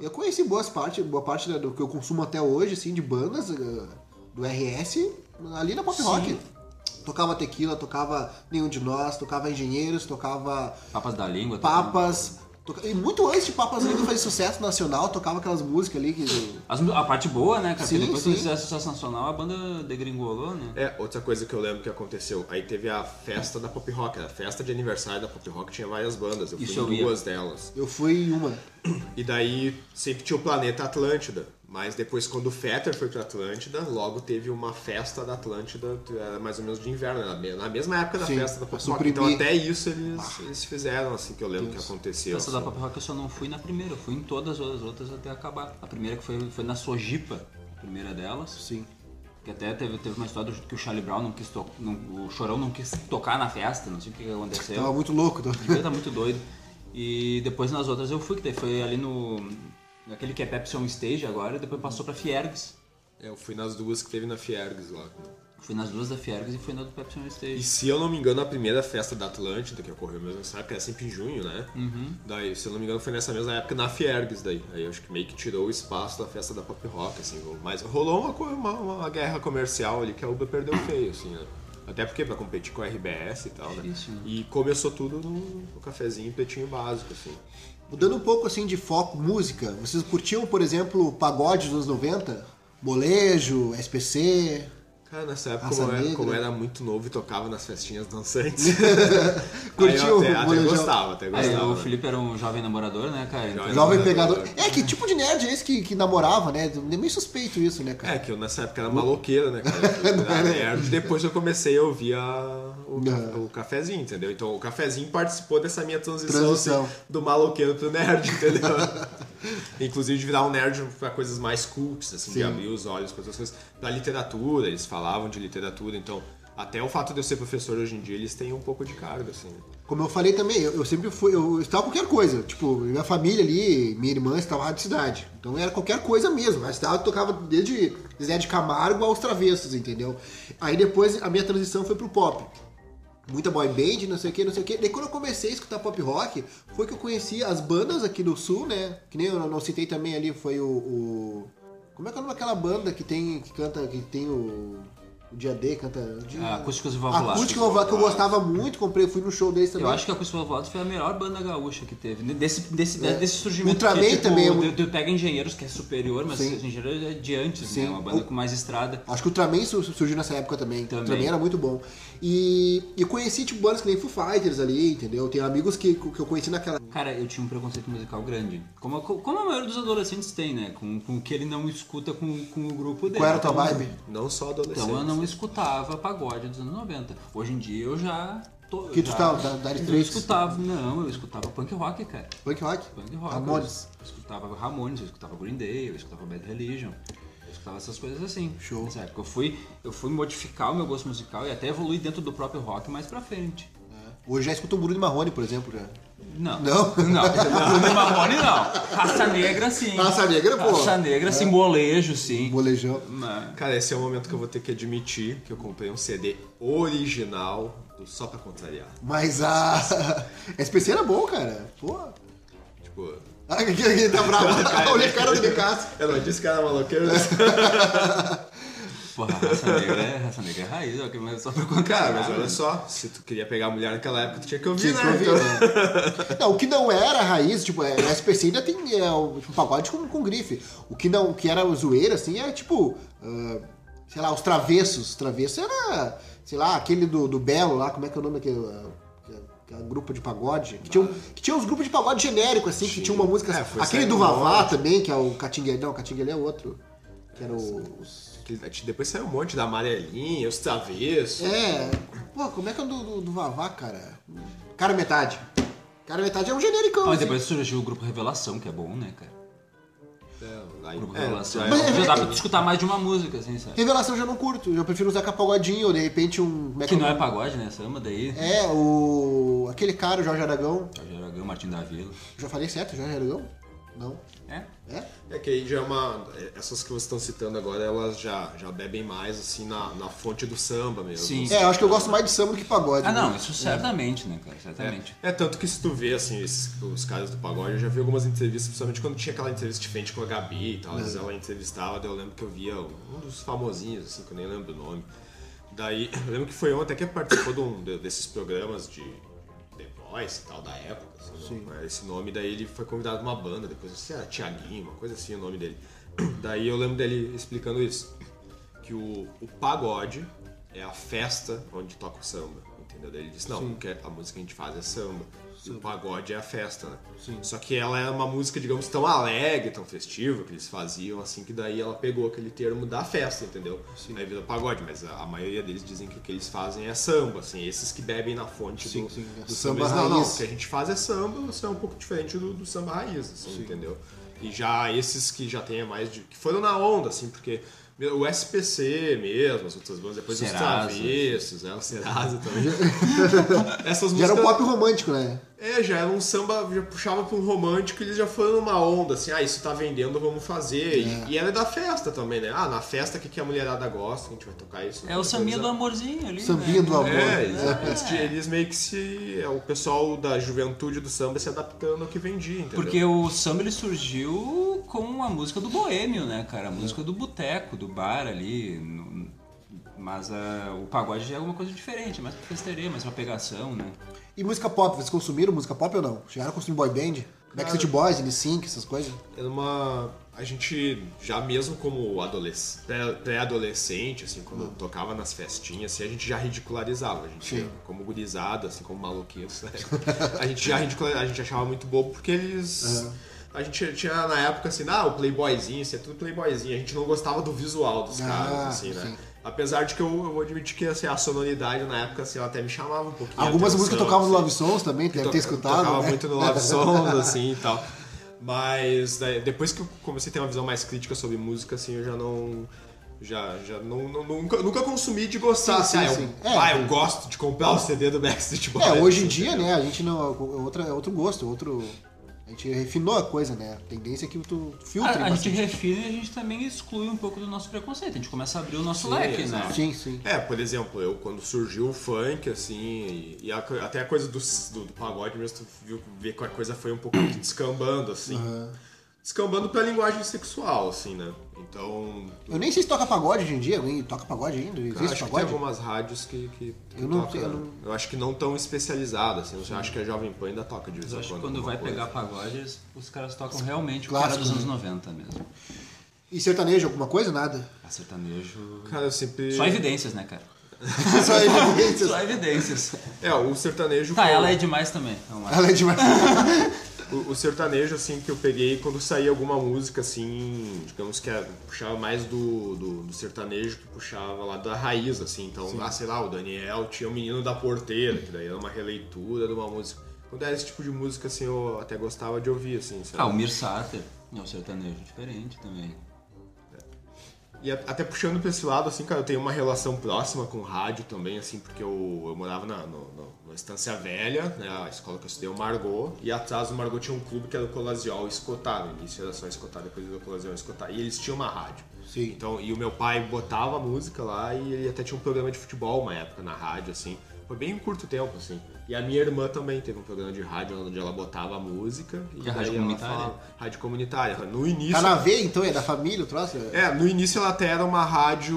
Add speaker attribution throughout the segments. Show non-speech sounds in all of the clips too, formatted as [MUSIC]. Speaker 1: eu conheci boas partes, boa parte da- do que eu consumo até hoje, assim, de bandas eh, do RS, ali na pop
Speaker 2: Sim.
Speaker 1: rock. Tocava tequila, tocava Nenhum de Nós, tocava Engenheiros, tocava
Speaker 2: Papas da língua.
Speaker 1: Papas. toca- E muito antes de Papas ainda fazia sucesso nacional, tocava aquelas músicas ali que.
Speaker 2: As mu- a parte boa, né, cara?
Speaker 1: Sim,
Speaker 2: Porque depois
Speaker 1: sim.
Speaker 2: que fizer sucesso nacional, a banda degringolou, né?
Speaker 3: É, outra coisa que eu lembro que aconteceu. Aí teve a festa da Pop Rock, a festa de aniversário da Pop Rock tinha várias bandas, eu fui
Speaker 2: Isso eu
Speaker 3: em
Speaker 2: ia.
Speaker 3: duas delas.
Speaker 1: Eu fui em uma.
Speaker 3: E daí sempre tinha o Planeta Atlântida. Mas depois, quando o Fetter foi pra Atlântida, logo teve uma festa da Atlântida, que era mais ou menos de inverno, na me- na mesma época da
Speaker 1: Sim,
Speaker 3: festa da Pop Rock.
Speaker 1: suprimir.
Speaker 3: Então, até isso eles, eles fizeram, assim, que eu lembro que aconteceu.
Speaker 2: Essa Ah. da
Speaker 3: assim.
Speaker 2: Pop Rock eu só não fui na primeira, eu fui em todas as outras até acabar. A primeira que foi, foi na Sojipa, a primeira delas,
Speaker 1: Sim.
Speaker 2: que até teve, teve uma história do- que o Charlie Brown não quis tocar, o Chorão não quis tocar na festa, não sei o que que aconteceu.
Speaker 1: Tava muito louco. Tava...
Speaker 2: Devia tá muito doido. E depois nas outras eu fui, que daí foi ali no. Naquele que é Pepsi on Stage agora, e depois passou pra Fiergs.
Speaker 3: É, Eu fui nas duas que teve na Fiergs lá.
Speaker 2: Fui nas duas da Fiergs e fui na do Pepsi on
Speaker 3: E
Speaker 2: Stage.
Speaker 3: se eu não me engano, a primeira festa da Atlântida, que ocorreu mesmo nessa época, era sempre em junho, né?
Speaker 2: Uhum.
Speaker 3: Daí, se eu não me engano, foi nessa mesma época na Fiergs, daí. Aí eu acho que meio que tirou o espaço da festa da pop rock, assim. Mas rolou uma, co- uma, uma guerra comercial ali que a Uber perdeu feio, assim, né? Até porque pra competir com a RBS e tal, né?
Speaker 2: Difícil, né?
Speaker 3: E começou tudo no, no cafezinho pretinho básico, assim.
Speaker 1: [LAUGHS] Mudando um pouco assim de foco, música. Vocês curtiam, por exemplo, pagode dos anos 90? Molejo, SPC.
Speaker 3: Cara, nessa época,
Speaker 1: Raça
Speaker 3: como eu, era,
Speaker 1: Negra.
Speaker 3: como eu era muito novo e tocava nas festinhas dançantes,
Speaker 1: [LAUGHS]
Speaker 3: aí
Speaker 1: Curtiu
Speaker 3: eu
Speaker 1: o
Speaker 3: até, até
Speaker 1: molejão?
Speaker 3: gostava, até
Speaker 2: Aí
Speaker 3: gostava.
Speaker 2: o
Speaker 3: né?
Speaker 2: Felipe era um jovem namorador, né, cara? Então,
Speaker 3: Jovem.
Speaker 1: Jovem
Speaker 3: Namorador.
Speaker 1: pegador. É, que tipo de nerd é esse que, que namorava, né? É meio suspeito isso, né, cara?
Speaker 3: É, que eu nessa época era
Speaker 1: [LAUGHS]
Speaker 3: maloqueiro, né, cara? Eu era nerd, depois eu comecei a ouvir a- o, ca-
Speaker 1: Não.
Speaker 3: o cafezinho, entendeu? Então o cafezinho participou dessa minha transição,
Speaker 1: Transição.
Speaker 3: assim, do maloqueiro pro nerd, entendeu? [LAUGHS] Inclusive de virar um nerd pra coisas mais cultas, assim, de
Speaker 1: Sim.
Speaker 3: abrir os olhos para outras coisas. Da literatura, eles falavam de literatura, então até o fato de eu ser professor hoje em dia, eles têm um pouco de carga, assim.
Speaker 1: Como eu falei também, eu, eu sempre fui, eu estava qualquer coisa. Tipo, minha família ali, minha irmã estava lá de cidade. Então era qualquer coisa mesmo. Mas eu tocava desde Zé de Camargo aos travessos, entendeu? Aí depois a minha transição foi pro pop. Muita boy band, não sei o que, não sei o que. Daí quando eu comecei a escutar pop rock, foi que eu conheci as bandas aqui do sul, né? Que nem eu não- não citei também ali, foi o. o- Como é que é o nome daquela banda que tem. que canta. que tem o. O dia D canta.
Speaker 2: Ah, Acústicos e Valvulares.
Speaker 1: Acústica e Valvulares, que eu gostava muito, comprei, fui no show deles também.
Speaker 2: Eu acho que a Acústicos e Valvulares foi a melhor banda gaúcha que teve. né? Desse, desse,
Speaker 1: É.
Speaker 2: desse surgimento.
Speaker 1: Ultraman
Speaker 2: que, tipo,
Speaker 1: também é
Speaker 2: tu-
Speaker 1: muito-
Speaker 2: Tu pega Engenheiros, que é superior, mas
Speaker 1: Sim.
Speaker 2: Engenheiros é de antes,
Speaker 1: Sim.
Speaker 2: né? Uma banda
Speaker 1: O-
Speaker 2: com mais estrada.
Speaker 1: Acho que o Ultraman su- surgiu nessa época também. então
Speaker 2: Também.
Speaker 1: O Ultraman era muito bom. E eu conheci tipo bandas que nem Foo Fighters ali, entendeu? Tem amigos que, que eu conheci naquela.
Speaker 2: Cara, eu tinha um preconceito musical grande. Como, como a maioria dos adolescentes tem, né? Com, com o que ele não escuta com, com o grupo dele.
Speaker 1: Qual era a tua
Speaker 2: Então,
Speaker 1: vibe?
Speaker 3: Não só adolescentes.
Speaker 2: Então eu não escutava pagode dos anos 90. Hoje em dia eu já tô.
Speaker 1: Que tu
Speaker 2: já-
Speaker 1: tá- da- Dire
Speaker 2: Eu
Speaker 1: Straits?
Speaker 2: escutava, não, eu escutava punk rock, cara.
Speaker 1: Punk rock?
Speaker 2: Punk rock.
Speaker 1: Ramones.
Speaker 2: Eu escutava Ramones, eu escutava Green Day, eu escutava Bad Religion. Eu escutava essas coisas assim.
Speaker 1: Show.
Speaker 2: Nessa época eu fui, eu fui modificar o meu gosto musical e até evoluir dentro do próprio rock mais pra frente.
Speaker 1: Hoje já escuto o Bruno Marrone, por exemplo, já.
Speaker 2: Não.
Speaker 1: Não?
Speaker 2: [LAUGHS] Não. Bruno Marrone não. Raça Negra sim.
Speaker 1: Raça Negra, pô. É.
Speaker 2: Raça Negra sim, bolejo sim.
Speaker 1: Molejão.
Speaker 2: Mas-
Speaker 3: Cara, esse é o momento que eu vou ter que admitir que eu comprei um CD original do Só Pra Contrariar.
Speaker 1: Mas a. [LAUGHS] SPC era bom, cara. Pô.
Speaker 3: Tipo,
Speaker 1: Ah, [LAUGHS] que- que- que tá bravo. Olha a cara do Becasso.
Speaker 3: eu não disse que era maloqueiro.
Speaker 2: Porra, raça negra é raça negra é raiz, é o que mais só pra
Speaker 3: [LAUGHS] Cara,
Speaker 2: contrariar.
Speaker 3: mas olha
Speaker 2: né?
Speaker 3: só, se tu queria pegar a mulher naquela época, tu tinha que
Speaker 1: Tinha
Speaker 3: ouvir,
Speaker 1: que
Speaker 3: né?
Speaker 1: ouvir,
Speaker 3: Então, [LAUGHS]
Speaker 1: né? Não, o que não era a raiz, tipo, é, o SPC ainda tem é, o- tipo, um pagode com, com grife. O que não, o que era zoeira, assim, é tipo, ah, sei lá, os travessos. Os travessos era, sei lá, aquele do, do Belo lá, como é que é o nome daquele... ah, que- que é grupo de pagode, que tinha, um- que tinha uns grupos de pagode genérico, assim, que tinha uma música.
Speaker 3: Ah. É, foi
Speaker 1: aquele
Speaker 3: saindo
Speaker 1: do Vavá
Speaker 3: longe.
Speaker 1: também, que é o Catinguelê. Não, o Catinguelê é outro. Que era o. os-
Speaker 3: que- Depois saiu um monte da amarelinha, os travessos.
Speaker 1: É. Pô, como é que é o do, do, do Vavá, cara? Cara metade. Cara metade é um genericão.
Speaker 2: Mas
Speaker 1: assim.
Speaker 2: depois surgiu o grupo Revelação, que é bom, né, cara?
Speaker 3: É, aí-
Speaker 2: O grupo
Speaker 3: é,
Speaker 2: Revelação.
Speaker 3: já
Speaker 1: Mas-
Speaker 3: era-
Speaker 2: já dá pra tu escutar mais de uma música, assim, sabe?
Speaker 1: Revelação eu já não curto, eu prefiro usar capagodinho, ou de repente um. Como é
Speaker 2: Que não
Speaker 1: é?
Speaker 2: é pagode, né? Samba daí.
Speaker 1: o nome? É, o. aquele cara, o Jorge Aragão.
Speaker 2: Jorge Aragão, Martin da Vila.
Speaker 1: Já falei certo, Jorge Aragão? Não.
Speaker 2: É?
Speaker 1: É?
Speaker 3: É que aí já é uma. Essas que vocês estão citando agora, elas já, já bebem mais, assim, na, na fonte do samba mesmo.
Speaker 2: Sim.
Speaker 1: É, eu acho que eu gosto mais de samba do que pagode.
Speaker 2: Ah, não,
Speaker 1: né?
Speaker 2: isso certamente, né, cara? Certamente.
Speaker 3: É, é tanto que se tu vê, assim, esses- os caras do pagode, eu já vi algumas entrevistas, principalmente quando tinha aquela entrevista de frente com a Gabi e tal, às vezes ela entrevistava, daí eu lembro que eu via um dos famosinhos, assim, que eu nem lembro o nome. Daí, [COUGHS] eu lembro que foi ontem até que participou de um de- desses programas de The Voice e tal, da época, assim, não era esse nome, daí ele foi convidado pra uma banda, depois, sei lá, Tiaguinho, uma coisa assim, o nome dele. [COUGHS] Daí eu lembro dele explicando isso que o, o pagode é a festa onde toca o samba, entendeu? Daí ele disse, não, porque a música que a gente faz é samba. E o pagode é a festa, né? Só que ela é uma música, digamos, tão alegre, tão festiva, que eles faziam, assim, que daí ela pegou aquele termo da festa, entendeu? Aí vira pagode, mas a, a maioria deles dizem que o que eles fazem é samba, assim, esses que bebem na fonte
Speaker 1: Sim,
Speaker 3: do,
Speaker 1: sim, é
Speaker 3: do
Speaker 1: samba
Speaker 3: samba. Eles, Não, não,
Speaker 1: raiz."
Speaker 3: o que a gente faz é samba, isso é um pouco diferente do, do samba raiz, assim, entendeu? E já esses que já tem mais de. que foram na onda, assim, porque o SPC mesmo, as outras bandas, depois os
Speaker 2: Serasa.
Speaker 3: Travessos, né? O Serasa também.
Speaker 1: [LAUGHS]
Speaker 3: Essas
Speaker 1: Já era
Speaker 3: músicas.
Speaker 1: um pop romântico, né?
Speaker 3: É, já era um samba, já puxava pra um romântico e eles já foram numa onda, assim, ah, isso tá vendendo, vamos fazer.
Speaker 1: É.
Speaker 3: E- E, era da festa também, né? Ah, na festa o que, que a mulherada gosta, que a gente vai tocar isso.
Speaker 2: É o sambinha do amorzinho ali.
Speaker 1: Sambinha
Speaker 2: né?
Speaker 1: do amor.
Speaker 3: É, eles, eles- eles meio que se. É o pessoal da juventude do samba se adaptando ao que vendia, entendeu?
Speaker 2: Porque o samba ele surgiu com a música do boêmio, né, cara? A música do boteco, do bar ali. no- Mas ah, o pagode já é alguma coisa diferente, mais pra festeria, mais pra pegação, né?
Speaker 1: E música pop, vocês consumiram música pop ou não? Chegaram a consumir boy band? Backstreet Boys, NSYNC, essas coisas?
Speaker 3: Era É uma. A gente, já mesmo como adoles- pré- pré-adolescente, assim, quando tocava nas festinhas, assim, a gente já ridicularizava. A gente,
Speaker 1: Hum. Sim.
Speaker 3: como gurizada, assim, como maluquinhos, né? a gente já ridicularizava, a gente achava muito bobo porque eles. A gente tinha na época assim, ah, o playboyzinho, isso é tudo playboyzinho. A gente não gostava do visual dos
Speaker 1: Ah,
Speaker 3: caras, assim, né?
Speaker 1: sim.
Speaker 3: Apesar de que eu, eu vou admitir que assim, a sonoridade na época, assim, ela até me chamava um pouquinho. a
Speaker 1: Algumas
Speaker 3: atenção,
Speaker 1: músicas tocavam no
Speaker 3: assim.
Speaker 1: Love Songs também, deve
Speaker 3: To-
Speaker 1: ter escutado.
Speaker 3: Tocava
Speaker 1: né?
Speaker 3: muito no Love Songs, assim e tal. Mas daí, depois que eu comecei a ter uma visão mais crítica sobre música, assim, eu já não. Já, já não, não- nunca, nunca consumi de gostar,
Speaker 1: Sim,
Speaker 3: assim,
Speaker 1: sim,
Speaker 3: ah, eu,
Speaker 1: sim. É.
Speaker 3: ah, eu gosto de comprar o CD do Backstreet
Speaker 1: [LAUGHS]
Speaker 3: Boys. assim,
Speaker 1: É, hoje em dia, né, a gente não. É outra, é outro gosto, é outro. A gente refinou a coisa, né? A tendência é que tu filtre
Speaker 2: A, a gente
Speaker 1: bastante.
Speaker 2: refina e a gente também exclui um pouco do nosso preconceito. A gente começa a abrir o nosso
Speaker 3: Sim,
Speaker 2: leque, né?
Speaker 3: exato.
Speaker 1: Sim, sim.
Speaker 3: É, por exemplo, eu quando surgiu o funk, assim, e, e a co- até a coisa do, s- do, do pagode mesmo, tu viu ver que a coisa foi um pouco descambando, assim. Descambando pra linguagem sexual, assim, né? Então.
Speaker 1: Eu nem sei se toca pagode hoje em dia, alguém toca pagode ainda?
Speaker 3: Cara,
Speaker 1: Existe
Speaker 3: acho que tem
Speaker 1: pagode?
Speaker 3: algumas rádios que, que
Speaker 1: Eu não
Speaker 3: tocam,
Speaker 1: sei, eu
Speaker 3: né?
Speaker 1: não-
Speaker 3: Eu acho que não tão especializadas, assim, eu acho que a Jovem Pan ainda toca de
Speaker 2: Mas
Speaker 3: vez
Speaker 2: eu
Speaker 3: em
Speaker 2: acho que
Speaker 3: quando.
Speaker 2: quando
Speaker 3: alguma
Speaker 2: vai
Speaker 3: coisa.
Speaker 2: pegar pagode, eles- os caras tocam realmente o cara
Speaker 1: Clássico,
Speaker 2: dos anos
Speaker 1: né?
Speaker 2: 90 mesmo.
Speaker 1: E sertanejo, alguma coisa? Nada. [LAUGHS]
Speaker 2: A sertanejo.
Speaker 3: Cara, eu sempre...
Speaker 2: Só evidências, né, cara?
Speaker 1: Só evidências. [LAUGHS]
Speaker 2: Só evidências.
Speaker 3: É, o sertanejo...
Speaker 2: Tá,
Speaker 3: que eu-
Speaker 2: ela é demais também. Vamos lá.
Speaker 1: Ela é demais.
Speaker 3: o, o sertanejo, assim, que eu peguei quando saía alguma música, assim, digamos que é- puxava mais do, do, do sertanejo que puxava lá da raiz, assim. Então, ah, sei lá, o Daniel tinha o Menino da Porteira, que daí era uma releitura de uma música. Quando era esse tipo de música, assim, eu até gostava de ouvir, assim, sabe?
Speaker 2: Ah, o Mir Sarter. É um sertanejo diferente também.
Speaker 3: E a- até puxando pra esse lado, assim, cara, eu tenho uma relação próxima com rádio também, assim, porque eu, eu morava na, no, no- numa Estância Velha, né, a escola que eu estudei, o Margot, e atrás do Margot tinha um clube que era o Colasiol Escotar, no início era só Escotar, depois era o Colasiol Escotar, e eles tinham uma rádio.
Speaker 1: Sim.
Speaker 3: Então, e o meu pai botava a música lá e ele até tinha um programa de futebol uma época na rádio, assim. Foi bem curto tempo, assim. E a minha irmã também teve um programa de rádio onde ela botava a música. E
Speaker 2: Que é a rádio
Speaker 3: daí ela
Speaker 2: comunitária?
Speaker 3: falava- Rádio comunitária. No início.
Speaker 1: Canavê, então, é da família o troço?
Speaker 3: É, no início ela até era uma rádio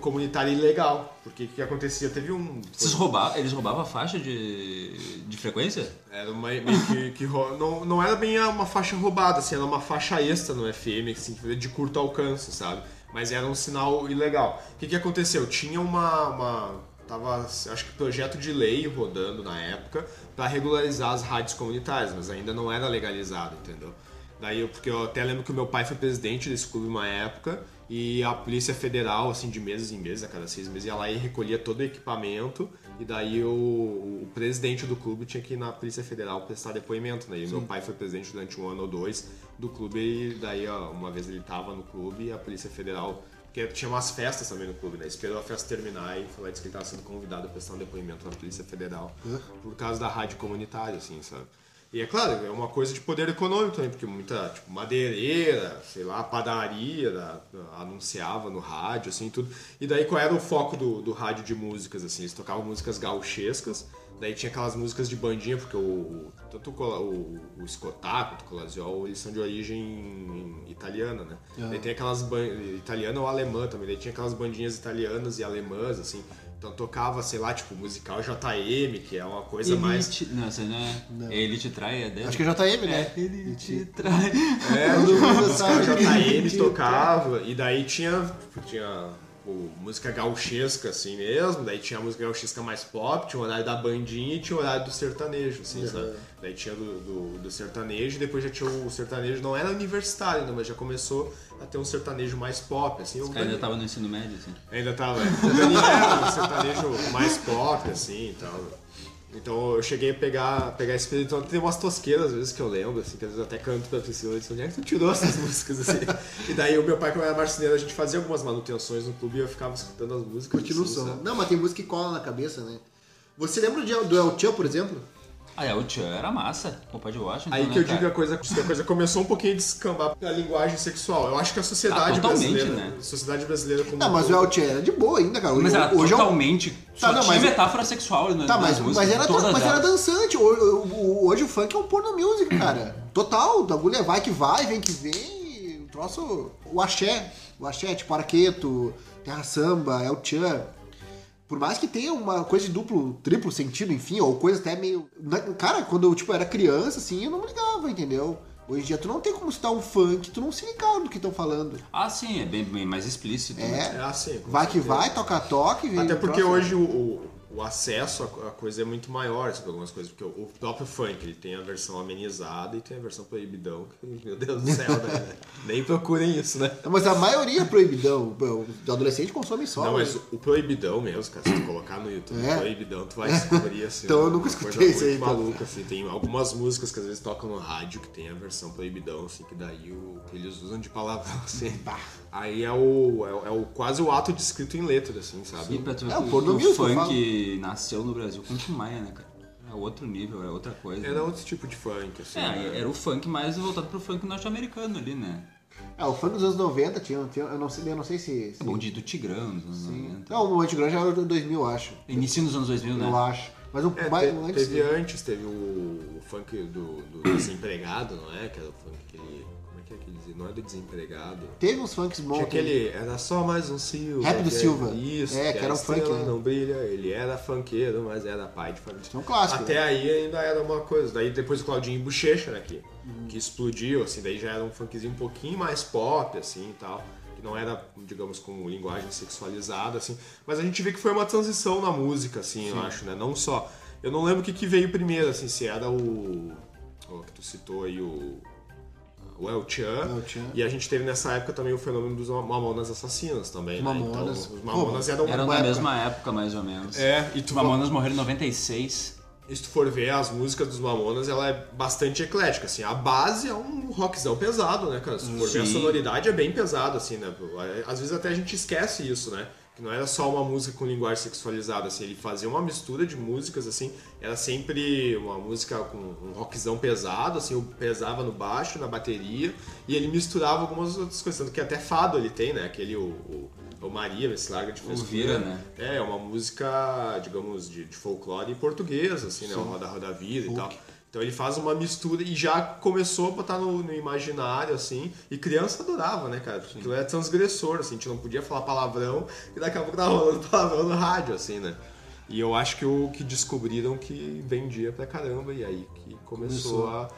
Speaker 3: comunitária ilegal. Porque o que acontecia? Teve um.
Speaker 2: Vocês roubavam, eles roubavam a faixa de, de frequência?
Speaker 3: Era uma, meio que. que rou- não, não era bem uma faixa roubada, assim, era uma faixa extra no FM, assim, de curto alcance, sabe? Mas era um sinal ilegal. O que, que aconteceu? Tinha uma. uma tava, acho que, projeto de lei rodando na época pra regularizar as rádios comunitárias, mas ainda não era legalizado, entendeu? Daí, eu, porque eu até lembro que o meu pai foi presidente desse clube uma época e a Polícia Federal, assim, de meses em meses, a cada seis meses, ia lá e recolhia todo o equipamento e daí o, o presidente do clube tinha que ir na Polícia Federal prestar depoimento, né? E meu pai foi presidente durante um ano ou dois do clube e daí, ó, uma vez ele tava no clube e a Polícia Federal... Porque tinha umas festas também no clube, né? Esperou a festa terminar e foi lá e disse que ele tava sendo convidado a prestar um depoimento na Polícia Federal por causa da rádio comunitária, assim, sabe? E é claro, é uma coisa de poder econômico também, porque muita tipo, madeireira, sei lá, padaria da- anunciava no rádio, assim, tudo. E daí qual era o foco do, do rádio de músicas, assim? Eles tocavam músicas gauchescas, daí tinha aquelas músicas de bandinha, porque o, o- tanto o, cola- o, o Scotá quanto o Colasiol, eles são de origem italiana, né? Daí tem aquelas ban- italiana ou alemã também, daí tinha aquelas bandinhas italianas e alemãs, assim. Então tocava, sei lá, tipo, musical JM, que é uma coisa
Speaker 2: Uhum.
Speaker 3: mais...
Speaker 2: Elite- Não, essa não é. Ele te trai, é dele.
Speaker 1: Acho que é JM, né?
Speaker 2: é. Ele te trai.
Speaker 3: É,
Speaker 1: Quando
Speaker 2: tipo,
Speaker 1: você
Speaker 3: A
Speaker 1: sabe
Speaker 3: JM
Speaker 1: que-
Speaker 3: tocava, e daí tinha, tipo, tinha pô, música gauchesca, assim mesmo, daí tinha a música gauchesca mais pop, tinha o horário da bandinha e tinha o horário do sertanejo, assim, sabe? Daí tinha do, do, do sertanejo, e depois já tinha o sertanejo, não era universitário, né, mas já começou a ter um sertanejo mais pop, assim.
Speaker 2: Os
Speaker 3: o
Speaker 2: caras ainda
Speaker 3: Daniel-
Speaker 2: estavam no ensino médio, assim.
Speaker 3: Ainda tava. O Daniel era um sertanejo mais pop, assim e tal. Então eu cheguei a pegar, pegar esse período. Então tem umas tosqueiras às vezes que eu lembro, assim, que às vezes eu até canto pra Priscila e disse, onde é que tu tirou essas [LAUGHS] músicas assim? e daí o meu pai, como era marceneiro, a gente fazia algumas manutenções no clube e eu ficava escutando as músicas.
Speaker 1: Curtindo o
Speaker 3: assim,
Speaker 1: som.
Speaker 3: sabe?
Speaker 1: Não, mas tem música que cola na cabeça, né? Você lembra de, do El Chan, por exemplo?
Speaker 2: Ah, é, o Tchan era massa. Roupa de Washington.
Speaker 3: Aí
Speaker 2: né,
Speaker 3: que eu
Speaker 2: cara?
Speaker 1: é
Speaker 3: digo a coisa, que a coisa começou um pouquinho a descambar a linguagem sexual. Eu acho que a sociedade
Speaker 2: Ah, totalmente,
Speaker 3: brasileira.
Speaker 2: né?
Speaker 3: a Sociedade brasileira como.
Speaker 1: Tá Não,
Speaker 3: um
Speaker 1: mas o
Speaker 3: todo-
Speaker 1: El Chan era de boa ainda, cara. Hoje,
Speaker 2: Mas era
Speaker 1: hoje é um-
Speaker 2: totalmente. Só
Speaker 1: Tá, não,
Speaker 2: tinha
Speaker 1: mas-
Speaker 2: metáfora sexual na-
Speaker 1: Tá,
Speaker 2: nas
Speaker 1: mas,
Speaker 2: músicas,
Speaker 1: mas, era,
Speaker 2: todas
Speaker 1: mas era
Speaker 2: elas.
Speaker 1: dançante. O- o- o- Hoje o funk é um porno music, cara. Total, o bagulho é vai que vai, vem que vem. e O troço. O axé. O axé, tipo Arqueto, Terra Samba, El Chan. Por mais que tenha uma coisa de duplo, triplo sentido, enfim, ou coisa até meio. na- Cara, quando eu tipo, era criança, assim, eu não me ligava, entendeu? Hoje em dia tu não tem como citar um funk, tu não se ligar no que estão falando.
Speaker 2: Ah, sim, é bem, bem mais explícito. né?
Speaker 1: É.
Speaker 3: É assim. com
Speaker 1: Vai que
Speaker 3: certeza.
Speaker 1: vai, toca toque, vem.
Speaker 3: Até
Speaker 1: o
Speaker 3: porque
Speaker 1: troço.
Speaker 3: hoje o, o- o acesso à co- à coisa é muito maior sobre algumas coisas, porque o, o próprio funk ele tem a versão amenizada e tem a versão proibidão, que, meu Deus do céu, né?
Speaker 1: [LAUGHS]
Speaker 3: Nem procurem isso, né?
Speaker 1: Mas a maioria é proibidão. O adolescente consome só.
Speaker 3: Não,
Speaker 1: né?
Speaker 3: mas o proibidão mesmo, cara, se tu colocar no YouTube
Speaker 1: É?
Speaker 3: proibidão, tu vai descobrir
Speaker 1: [LAUGHS]
Speaker 3: assim.
Speaker 1: Então eu
Speaker 3: uma
Speaker 1: nunca
Speaker 3: coisa
Speaker 1: escutei isso
Speaker 3: muito
Speaker 1: aí, então.
Speaker 3: maluca, assim, tem algumas músicas que às vezes tocam no rádio que tem a versão proibidão, assim, que daí o- eles usam de palavrão, assim. Aí é o, é, o- é o quase o ato descrito em letra, assim, sabe?
Speaker 2: Sim, pra tu ver
Speaker 1: É,
Speaker 2: que
Speaker 1: o porno
Speaker 2: o
Speaker 1: music, eu
Speaker 2: funk nasceu no Brasil com o Tim Maia, né, cara? É outro nível, é outra coisa.
Speaker 3: Era outro tipo de funk, assim. né?
Speaker 2: É, era o funk mais voltado pro funk norte-americano ali, né?
Speaker 1: É, o funk dos anos 90 tinha, tinha- eu, não sei, eu não sei se... se-
Speaker 2: É bom dia do Tigrão, nos anos 90.
Speaker 1: Não, o Antigrande era do 2000, eu acho.
Speaker 2: Inicia nos anos 2000,
Speaker 1: Eu
Speaker 2: né?
Speaker 1: acho. Mas um
Speaker 3: É,
Speaker 1: mais,
Speaker 3: te-
Speaker 1: antes...
Speaker 3: teve antes, teve o, o funk do, do desempregado, não é? Que era o funk que ele. Como é que é que ele dizia? Não é do desempregado.
Speaker 1: Teve uns funks bons.
Speaker 3: Tinha
Speaker 1: também.
Speaker 3: aquele. Era só mais um Silva.
Speaker 1: Rap do
Speaker 3: que é-
Speaker 1: Silva.
Speaker 3: Isso,
Speaker 1: É, que
Speaker 3: a
Speaker 1: era um funk,
Speaker 3: estrela
Speaker 1: né?
Speaker 3: Não brilha, ele era funkeiro, mas era pai de família.
Speaker 1: Isso é um clássico.
Speaker 3: Até aí ainda era uma coisa. Daí depois o Claudinho Bochecha, né? Que, que explodiu, assim, daí já era um funkzinho um pouquinho mais pop, assim e tal. Que não era, digamos, com linguagem sexualizada, assim. Mas a gente vê que foi uma transição na música, assim, eu acho, né? Não só. Eu não lembro o que, que veio primeiro, assim, se era o. O que tu citou aí, o. O El Chan.
Speaker 1: El Chan.
Speaker 3: E a gente teve nessa época também o fenômeno dos Mamonas Assassinas também, né?
Speaker 1: Mamonas.
Speaker 3: Então, os Mamonas eram.
Speaker 2: Era
Speaker 1: Uma
Speaker 2: na
Speaker 1: época.
Speaker 2: mesma época, mais ou menos.
Speaker 3: É, e tu
Speaker 2: Os Mamonas morreram em 96.
Speaker 3: e se tu for ver as músicas dos Mamonas, ela é bastante eclética, assim. A base é um rockzão pesado, né, cara? Se tu for ver a
Speaker 2: Sim.
Speaker 3: sonoridade é bem pesada, assim, né? Às vezes até a gente esquece isso, né? Que não era só uma música com linguagem sexualizada, assim. Ele fazia uma mistura de músicas, assim. Era sempre uma música com um rockzão pesado, assim. Eu pesava no baixo, na bateria. E ele misturava algumas outras coisas. Tanto que até fado ele tem, né? Aquele, o... o o Maria, esse larga de frescura.
Speaker 2: Vira, né?
Speaker 3: É, é uma música, digamos, de, de folclore portuguesa, assim, né? O Roda Roda Vida e tal. Então ele faz uma mistura e já começou a botar no, no imaginário, assim. E criança adorava, né, cara? Porque aquilo era transgressor, assim, a gente não podia falar palavrão e daqui a pouco tava rolando [LAUGHS] palavrão no rádio, assim, né? E eu acho que o que descobriram que vendia pra caramba, e aí que começou,
Speaker 1: Começou.
Speaker 3: A,